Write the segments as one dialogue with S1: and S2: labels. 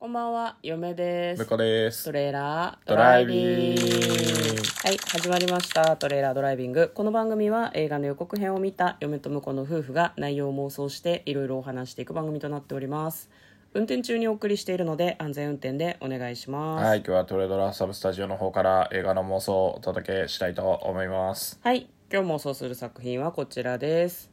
S1: こんばんは、嫁で
S2: 向
S1: す。
S2: こうです
S1: ト。レーラード
S2: ド
S1: ラ
S2: ラ
S1: イ
S2: イ
S1: ビ
S2: ビ
S1: ン
S2: ン
S1: グ
S2: グ。
S1: はい、始まりました。トレーラードライビング。この番組は映画の予告編を見た嫁と婿の夫婦が内容を妄想していろいろお話していく番組となっております。運転中にお送りしているので安全運転でお願いします。
S2: はい、今日はトレドラサブスタジオの方から映画の妄想をお届けしたいと思います。
S1: はい、今日妄想する作品はこちらです。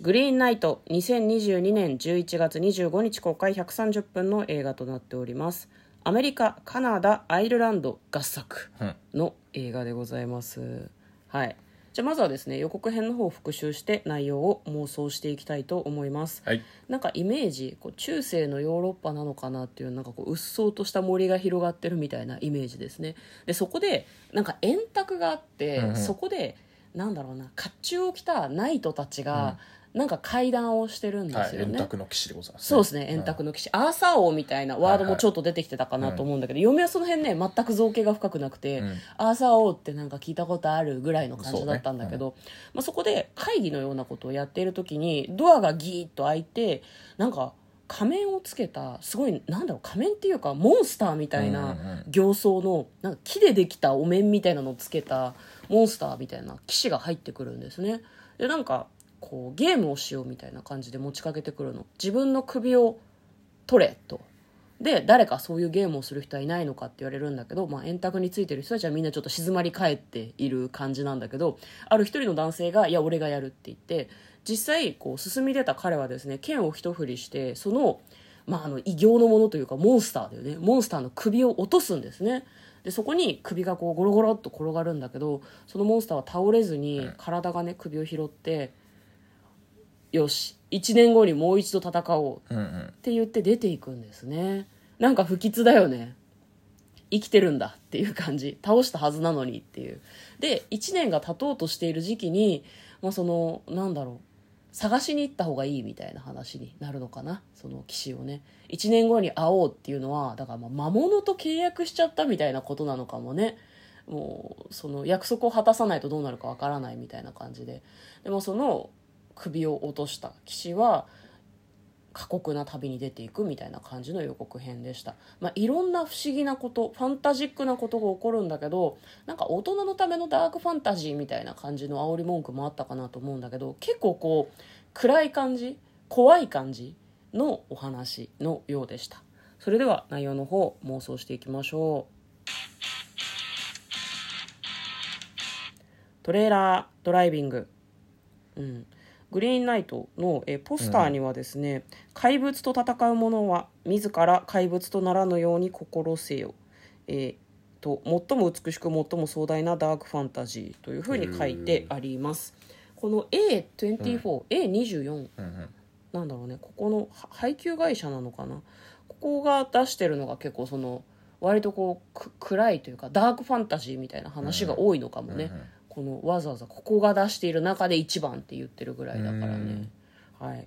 S1: グリーンナイト2022年11月25日公開130分の映画となっております。アメリカ、カナダ、アイルランド合作
S2: うん
S1: の映画でございます。はい。じゃあまずはですね予告編の方を復習して内容を妄想していきたいと思います。
S2: はい、
S1: なんかイメージこう中世のヨーロッパなのかなっていうなんかこう鬱蒼とした森が広がってるみたいなイメージですねでそこでなんか円卓があって、
S2: うんうん
S1: そこでなんだろうな甲冑を着たナイトたちが、なんか会談をしてるんで
S2: は
S1: す
S2: い、
S1: よ
S2: 円
S1: ね、
S2: 卓の騎士でございます、
S1: そうですね円卓の騎士、アーサー王みたいなワードもちょっと出てきてたかなと思うんだけど、嫁はその辺ね全く造形が深くなくて、
S2: うん
S1: アーサー王ってなんか聞いたことあるぐらいの感じだったんだけどそ,、まあ、そこで会議のようなことをやっている時にドアがギーッと開いてなんか仮面をつけたすごいなんだろう仮面っていうかモンスターみたい
S2: うんうんう
S1: なん形相のなんか木でできたお面みたいなのをつけたモンスターみたいな騎士が入ってくるんですねでなんかこうゲームをしようみたいな感じで持ちかけてくるの自分の首を取れとで誰かそういうゲームをする人はいないのかって言われるんだけど、まあ、円卓についてる人たちはみんなちょっと静まり返っている感じなんだけどある一人の男性が「いや俺がやる」って言って実際こう進み出た彼はですね剣を一振りしてその,、まああの異形のものというかモンスターだよねモンスターの首を落とすんですね。でそこに首がこうゴロゴロっと転がるんだけどそのモンスターは倒れずに体がね首を拾ってよし1年後にもう一度戦おう
S2: うんうん
S1: っ、て言って出ていくんですねなんか不吉だよね生きてるんだっていう感じ倒したはずなのにっていうで1年が経とうとしている時期に、まあ、そのなんだろう探しに行った方がいいみたいな話になるのかなその騎士をね1年後に会おうっていうのはだからまあ魔物と契約しちゃったみたいなことなのかもねもうその約束を果たさないとどうなるかわからないみたいな感じででもその首を落とした騎士は過酷な旅に出ていくみたいな感じの予告編でした、まあ、いろんな不思議なことファンタジックなことが起こるんだけどなんか大人のためのダークファンタジーみたいな感じの煽り文句もあったかなと思うんだけど結構こう暗い感じ怖い感じのお話のようでしたそれでは内容の方妄想していきましょうトレーラードライビングうん、グリーンナイトのえーポスターにはですね、怪物と戦う者は自ら怪物とならぬように心せよ、えーと最も美しく最も壮大なダークファンタジーというふうに書いてあります。この A24、A24
S2: うんうん、
S1: なんだろうねここのは配給会社なのかなここが出してるのが結構その割とこうく暗いというかダークファンタジーみたいな話が多いのかもね、
S2: うんうん
S1: このわざわざここが出している中で一番って言ってるぐらいだからねはい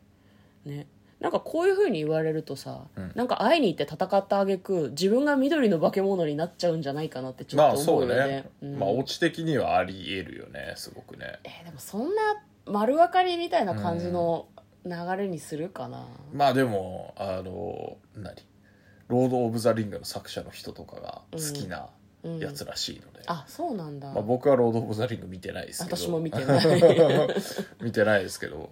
S1: ねなんかこういうふうに言われるとさ、
S2: うん
S1: なんか会いに行って戦った挙句自分が緑の化け物になっちゃうんじゃないかなってちょっ
S2: まあ
S1: と
S2: そ
S1: 思
S2: う
S1: うよね
S2: ね。、
S1: うん
S2: まあオチ的にはありえるよね、すごくね。
S1: えーでもそんな丸分かりみたいな感じの流れにするかな、
S2: まあでもあの何、ロードオブザリングの作者の人とかが好きな
S1: うん
S2: やつらしいので、
S1: あそうなんだ、
S2: まあ僕はロードオブザリング見てないですけど、
S1: 私も見てない
S2: 見てないですけど。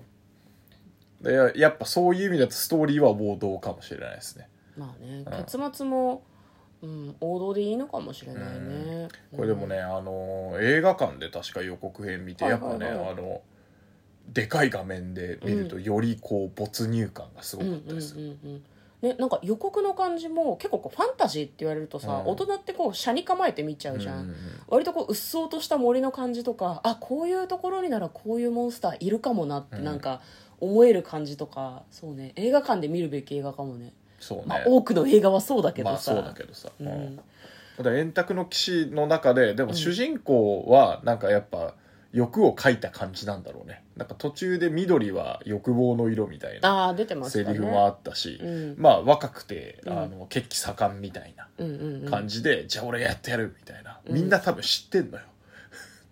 S2: でやっぱそういう意味だとストーリーは王道かもしれないですね。
S1: まあね
S2: うん
S1: 結末も、うん、王道でいいのかもしれないね、
S2: これでもね、あの映画館で確か予告編見て、
S1: はい
S2: や
S1: は
S2: っ
S1: いは
S2: ぱ
S1: い
S2: ね、あのでかい画面で見るとよりこう没入感がすご
S1: うん
S2: か
S1: う
S2: っ
S1: ん
S2: たです、
S1: うんうんね、なんか予告の感じも結構こうファンタジーって言われるとさ、
S2: うん
S1: 大人ってこう車に構えて見ちゃうじゃん、
S2: うんうんうん
S1: 割とこううっそうとした森の感じとかあこういうところにならこういうモンスターいるかもなって
S2: うん
S1: なんか思える感じとか、そうね映画館で見るべき映画かもね
S2: そうね、
S1: まあ、多くの映画はそうだけ
S2: ま
S1: ど
S2: あ
S1: さ、
S2: そうだけどさ、
S1: う
S2: うんんただ円卓の騎士の中ででも主人公はなんかやっぱ欲を書いた感じなんだろうねなんか途中で緑は欲望の色みたいな
S1: ああ出てました
S2: セ
S1: ね
S2: リフもあったし、
S1: うん
S2: まあ若くて
S1: うん
S2: あの血気盛んみたいな
S1: うんうんうん
S2: 感じで、じゃあ俺がやってやるみたいな
S1: うん
S2: みんな多分知ってんのよ、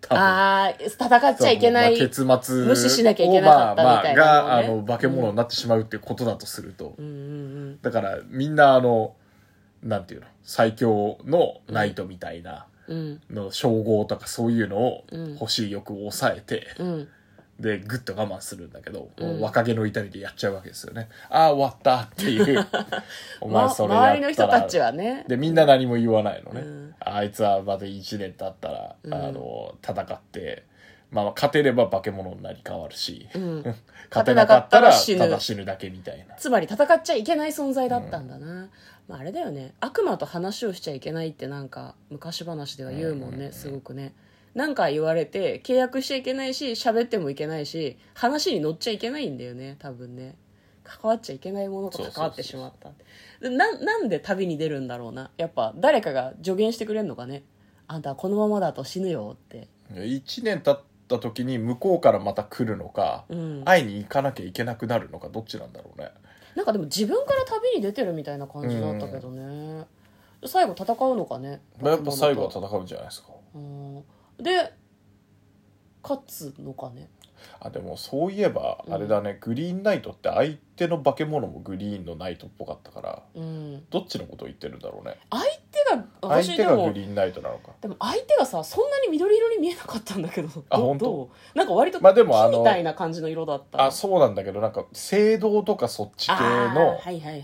S2: 多分
S1: ああ戦っちゃいけない
S2: そうまあ、結末を
S1: 無視しなきゃいけなかったみたいなのね
S2: まあまあがあの化け物になってしまうっていうことだとすると、
S1: うんうん
S2: だからみんなあのなんていうの最強のナイトみたいな
S1: うんうん
S2: の称号とかそういうのを
S1: うん
S2: 欲しい欲を抑えて、
S1: うん
S2: でグッと我慢するんだけど、
S1: うん
S2: もう若気の至りでやっちゃうわけですよねああ終わったっていう お
S1: ま
S2: 前それやったら
S1: 周りの人たちはね
S2: でみんな何も言わないのね、
S1: うん
S2: あいつはまだ1年経ったら、
S1: うん
S2: あの戦って、まあ、勝てれば化け物になり変わるし、
S1: うん
S2: 勝てなかった
S1: 勝てなかった
S2: ら
S1: ら死ぬ
S2: ただ死ぬだけみたいな
S1: つまり戦っちゃいけない存在だったんだな、まあ、あれだよね悪魔と話をしちゃいけないってなんか昔話では言うもんね、すごくねなんか言われて契約しちゃいけないし喋ってもいけないし話に乗っちゃいけないんだよね多分ね関わっちゃいけないものと関わってしまったでななんで旅に出るんだろうなやっぱ誰かが助言してくれるのかねあんたはこのままだと死ぬよって
S2: 1年経った時に向こうからまた来るのか、
S1: うん
S2: 会いに行かなきゃいけなくなるのかどっちなんだろうね
S1: なんかでも自分から旅に出てるみたいな感じだったけどね、最後戦うのかね
S2: まあやっぱ最後は
S1: と
S2: 戦うんじゃないですか
S1: うんで勝つのかね
S2: あでもそういえば
S1: うん
S2: あれだね、グリーンナイトって相手の化け物もグリーンのナイトっぽかったから
S1: うん
S2: どっちのことを言ってるんだろうね
S1: 相手が
S2: 相
S1: 私
S2: 手
S1: で
S2: がグ
S1: も
S2: リーンナイトなのか
S1: でも相手がさそんなに緑色に見えなかったんだけど
S2: あ
S1: ど
S2: 本当
S1: どうなんか割と木
S2: まあでもあの
S1: みたいな感じの色だった
S2: あそうなんだけどなんか青銅とかそっち系
S1: の
S2: の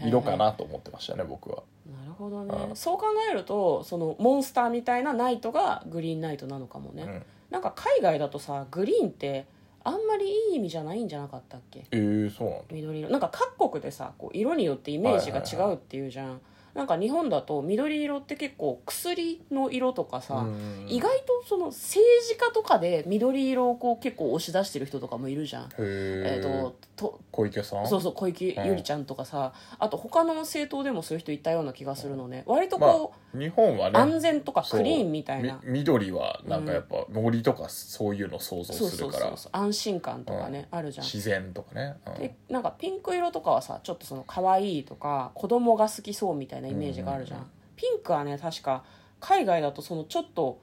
S2: 色かなと思ってましたね僕は
S1: なるほどね
S2: うん
S1: そう考えるとそのモンスターみたいなナイトがグリーンナイトなのかもね、
S2: うん
S1: なんか海外だとさグリーンってあんまりいい意味じゃないんじゃなかったっけ
S2: えー、そうなんだ
S1: 緑色なんか各国でさこう色によってイメージが違うっていうじゃん、なんか日本だと緑色って結構薬の色とかさ、
S2: うん
S1: 意外とその政治家とかで緑色をこう結構押し出してる人とかもいるじゃん、
S2: へー
S1: えっ、とと
S2: 小池さん
S1: そうそう小池百合ちゃんとかさ、あと他の政党でもそういう人いたような気がするのね割とこ
S2: 日本は
S1: う、
S2: ね
S1: 安全とか
S2: そう
S1: クリーンみたいな、
S2: み緑はなんかやっぱ森とかそういうの想像
S1: そう
S2: す
S1: そ
S2: る
S1: う
S2: か
S1: そう
S2: ら
S1: そう安心感とかね、あるじゃん
S2: 自然とかね、うん
S1: でなんかピンク色とかはさちょっとその可愛いとか子供が好きそうみたいなイメージがあるじゃん、
S2: うんうん
S1: ピンクはね確か海外だとそのちょっと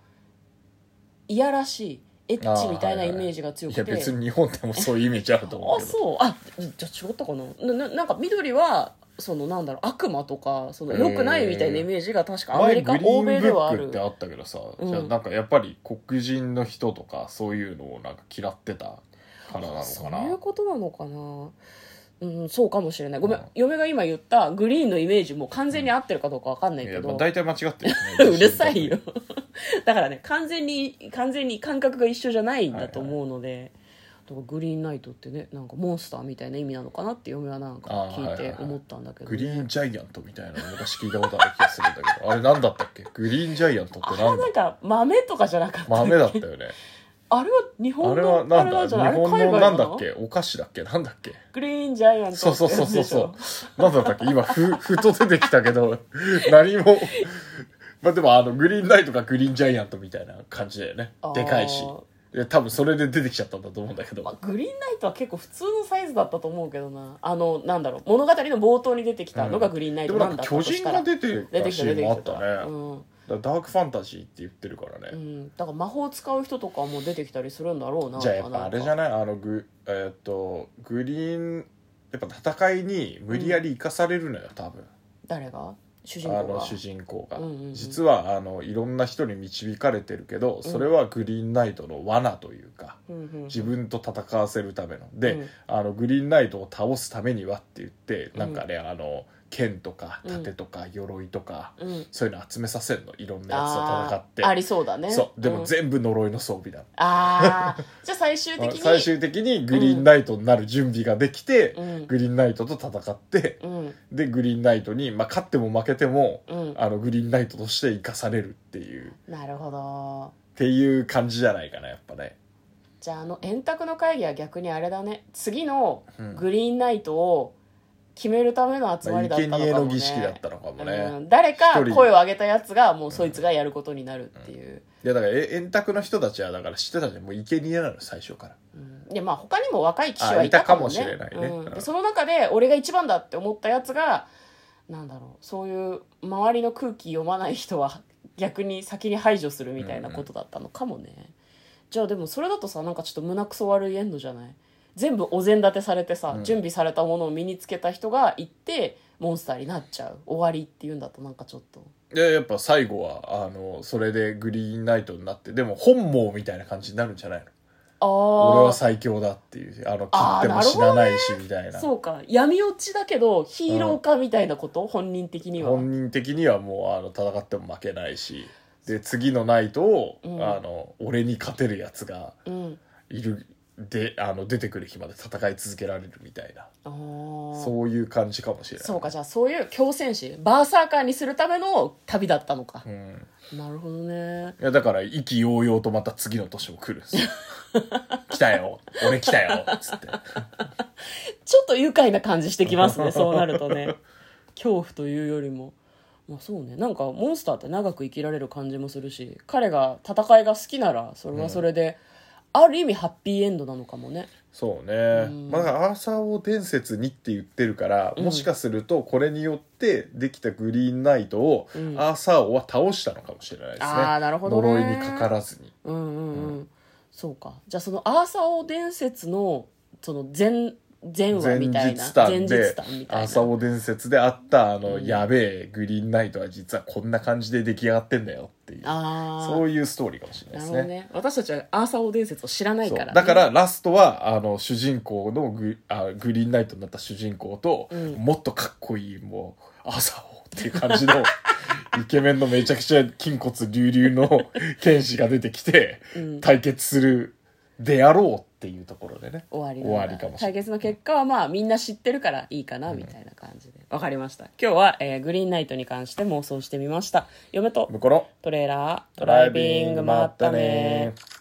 S1: いやらしいエッチみたいなイメージが強くて
S2: いや別に日本でもそういうイメージあると思
S1: あ
S2: うけど
S1: そうあじゃあ違ったかななななんか緑はそのなんだろう悪魔とかその良くないみたいなイメージが確かアメリカ
S2: 前グリー
S1: 欧
S2: ンブッ
S1: 米
S2: ク
S1: ではあ
S2: っ
S1: る
S2: てあったけどさ、
S1: うん
S2: じゃあなんかやっぱり黒人の人とかそういうのをなんか嫌ってたからなの
S1: そ
S2: か
S1: う
S2: な
S1: いうことなのかなうん、そうかもしれないごめん、
S2: うん
S1: 嫁が今言ったグリーンのイメージも完全に合ってるかどうかわかんない
S2: い
S1: け
S2: や
S1: ど、、
S2: まあ大体間違ってる、ね
S1: うるさいよだからね完全に完全に感覚が一緒じゃないんだと思うので、だからグリーンナイトってねなんかモンスターみたいな意味なのかなって嫁はなんか聞い
S2: あーはいはい
S1: て
S2: はい
S1: 思ったんだけど、
S2: グ
S1: ね
S2: リーンジャイアントみたいなの昔聞いたことある気がするんだけ どあれ何だったっけグリーンジャイアントっ
S1: あ
S2: て
S1: れは
S2: 何
S1: な
S2: だ
S1: んか豆とかじゃなかった
S2: 豆だったよね
S1: あれは日本の
S2: あれはなん
S1: あれ
S2: だ
S1: ん
S2: 日
S1: じゃない
S2: 本
S1: あれ海
S2: の
S1: 外
S2: なんだっけお菓子だっけなんだっけ
S1: グリーンジャイアント
S2: そうそうそう
S1: って
S2: そう
S1: やつでしょ
S2: そうなんだったっけ今ふふと出てきたけ ど何もまあでもあのグリーンライトがグリーンジャイアントみたいな感じだよね
S1: あー
S2: でかいしで多分それで出てきちゃったんだと思うんだけど、
S1: まあ、グリーンナイトは結構普通のサイズだったと思うけどなあのなんだろう物語の冒頭に出てきたのがグリーンナイト
S2: でも
S1: な
S2: なん
S1: んだ
S2: か
S1: った
S2: 巨
S1: とし
S2: 人
S1: た
S2: が
S1: ら
S2: 出て
S1: 出て
S2: た
S1: き
S2: シ
S1: た出
S2: ーン
S1: て
S2: もあっ
S1: き
S2: た
S1: た
S2: ね
S1: うん
S2: だからダークファンタジーって言ってるからね、
S1: うん、だから魔法使う人とかも出てきたりするんだろうな
S2: じゃあやっぱあれじゃ
S1: ない
S2: ないあのグ,、えーっとグリーンやっぱ戦いに無理やり生かされるのよ多分、
S1: 誰が主人
S2: あ
S1: 公
S2: の
S1: が
S2: 主人公が、
S1: うんうんうん
S2: 実はあのいろんな人に導かれてるけどそれはグリーンナイトの罠というか、
S1: うんうんうん
S2: 自分と戦わせるためので、
S1: うん
S2: あのグリーンナイトを倒すためにはって言ってなんかね、あの剣とか盾とか鎧とか、
S1: うん
S2: そういうの集めさせるのいろんなや
S1: あ
S2: つと戦って
S1: ーありそうだね
S2: そうでも
S1: ん
S2: 全部呪いの装備だ、
S1: ああ じゃあ最終的に
S2: 最終的にグリーンナイトになる準備ができて、
S1: うん
S2: グリーンナイトと戦って
S1: うん
S2: でグリーンナイトに、まあ、勝っても負けても、
S1: うん
S2: あのグリーンナイトとして生かされるっていう
S1: なるほど
S2: っていう感じじゃないかなやっぱね
S1: じゃああの円卓の会議は逆にあれだね次の
S2: うん
S1: グリーンナイトを決めるための集まりだった
S2: 生
S1: のかも
S2: 贄
S1: ね
S2: の儀式だったのかもね、
S1: うん誰か
S2: 一人
S1: 声を上げたやつがもうそいつがやることになるっていう、
S2: いやだからえ円卓の人たちはだから知ってたじゃんもう生贄なの最初から
S1: うんでまあ他にも若い騎士はいたかも,、ね、
S2: あいたかもしれないね
S1: うん
S2: う
S1: で
S2: ん
S1: その中で俺が一番だって思ったやつがなんだろうそういう周りの空気読まない人は逆に先に排除するみたいなことだったのかもね、じゃあでもそれだとさなんかちょっと胸くそ悪いエンドじゃない全部お膳立てされてさ、
S2: うん
S1: 準備されたものを身につけた人が行ってモンスターになっちゃう終わりっていうんだとなんかちょっと
S2: でやっぱ最後はあのそれでグリーンナイトになってでも本望みたいな感じになるんじゃないの
S1: ああ
S2: 俺は最強だっていうあの
S1: あー
S2: 切っても死なないしみたいな
S1: そうか闇落ちだけどヒーロー化みたいなこと、本人的には
S2: 本人的にはもうあの戦っても負けないしで次のナイトを、
S1: うん
S2: あの俺に勝てるやつが
S1: うん
S2: いるであの出てくる日まで戦い続けられるみたいな
S1: あー
S2: そういう感じかもしれない
S1: そうかじゃあそういう強戦士バーサーカーにするための旅だったのか
S2: う、ん、
S1: なるほどね
S2: いやだから意気揚々とまた次の年も来るん ですよ来たよ俺来たよつって
S1: ちょっと愉快な感じしてきますねそうなるとね恐怖というよりもまあそうねなんかモンスターって長く生きられる感じもするし彼が戦いが好きならそれはそれで、ある意味ハッピーエンドなのかもね
S2: そうね、
S1: うん
S2: まあだからアーサー王伝説にって言ってるから、
S1: うん
S2: もしかするとこれによってできたグリーンナイトを、
S1: うん
S2: アーサー王は倒したのかもしれないですね
S1: あーなるほどね
S2: 呪いにかからずに
S1: うんうんうん、そうかじゃあそのアーサー王伝説のその前前話
S2: 前
S1: み
S2: 日
S1: たいな前
S2: 譚
S1: 日
S2: で
S1: 譚みた
S2: ア
S1: い
S2: ーサー
S1: な
S2: 王伝説であったあの、
S1: うん
S2: やべえグリーンナイトは実はこんな感じで出来上がってんだよっていう
S1: あ
S2: そういうストーリーかもしれ
S1: あ
S2: ない
S1: なるほ
S2: です
S1: ど
S2: ね
S1: ね私たちはアーサー王伝説を知らない
S2: そう
S1: からね、
S2: だからラストはあの主人公のグあグリーンナイトになった主人公と、
S1: うん
S2: もっとかっこいいもう朝をっていう 感じのイケメンのめちゃくちゃ筋骨隆々の剣士が出てきて
S1: うん
S2: 対決するであろうっていうところでね
S1: 終わりなんだ
S2: 終わりかもしれ
S1: 対
S2: ない
S1: 決の結果はまあみんな知ってるからいいかなみたいな感じでわ、かりました今日は、えーグリーンナイトに関して妄想してみました嫁と
S2: 向こうの
S1: トレーラード
S2: ド
S1: ライビングまったね
S2: ライビングまったね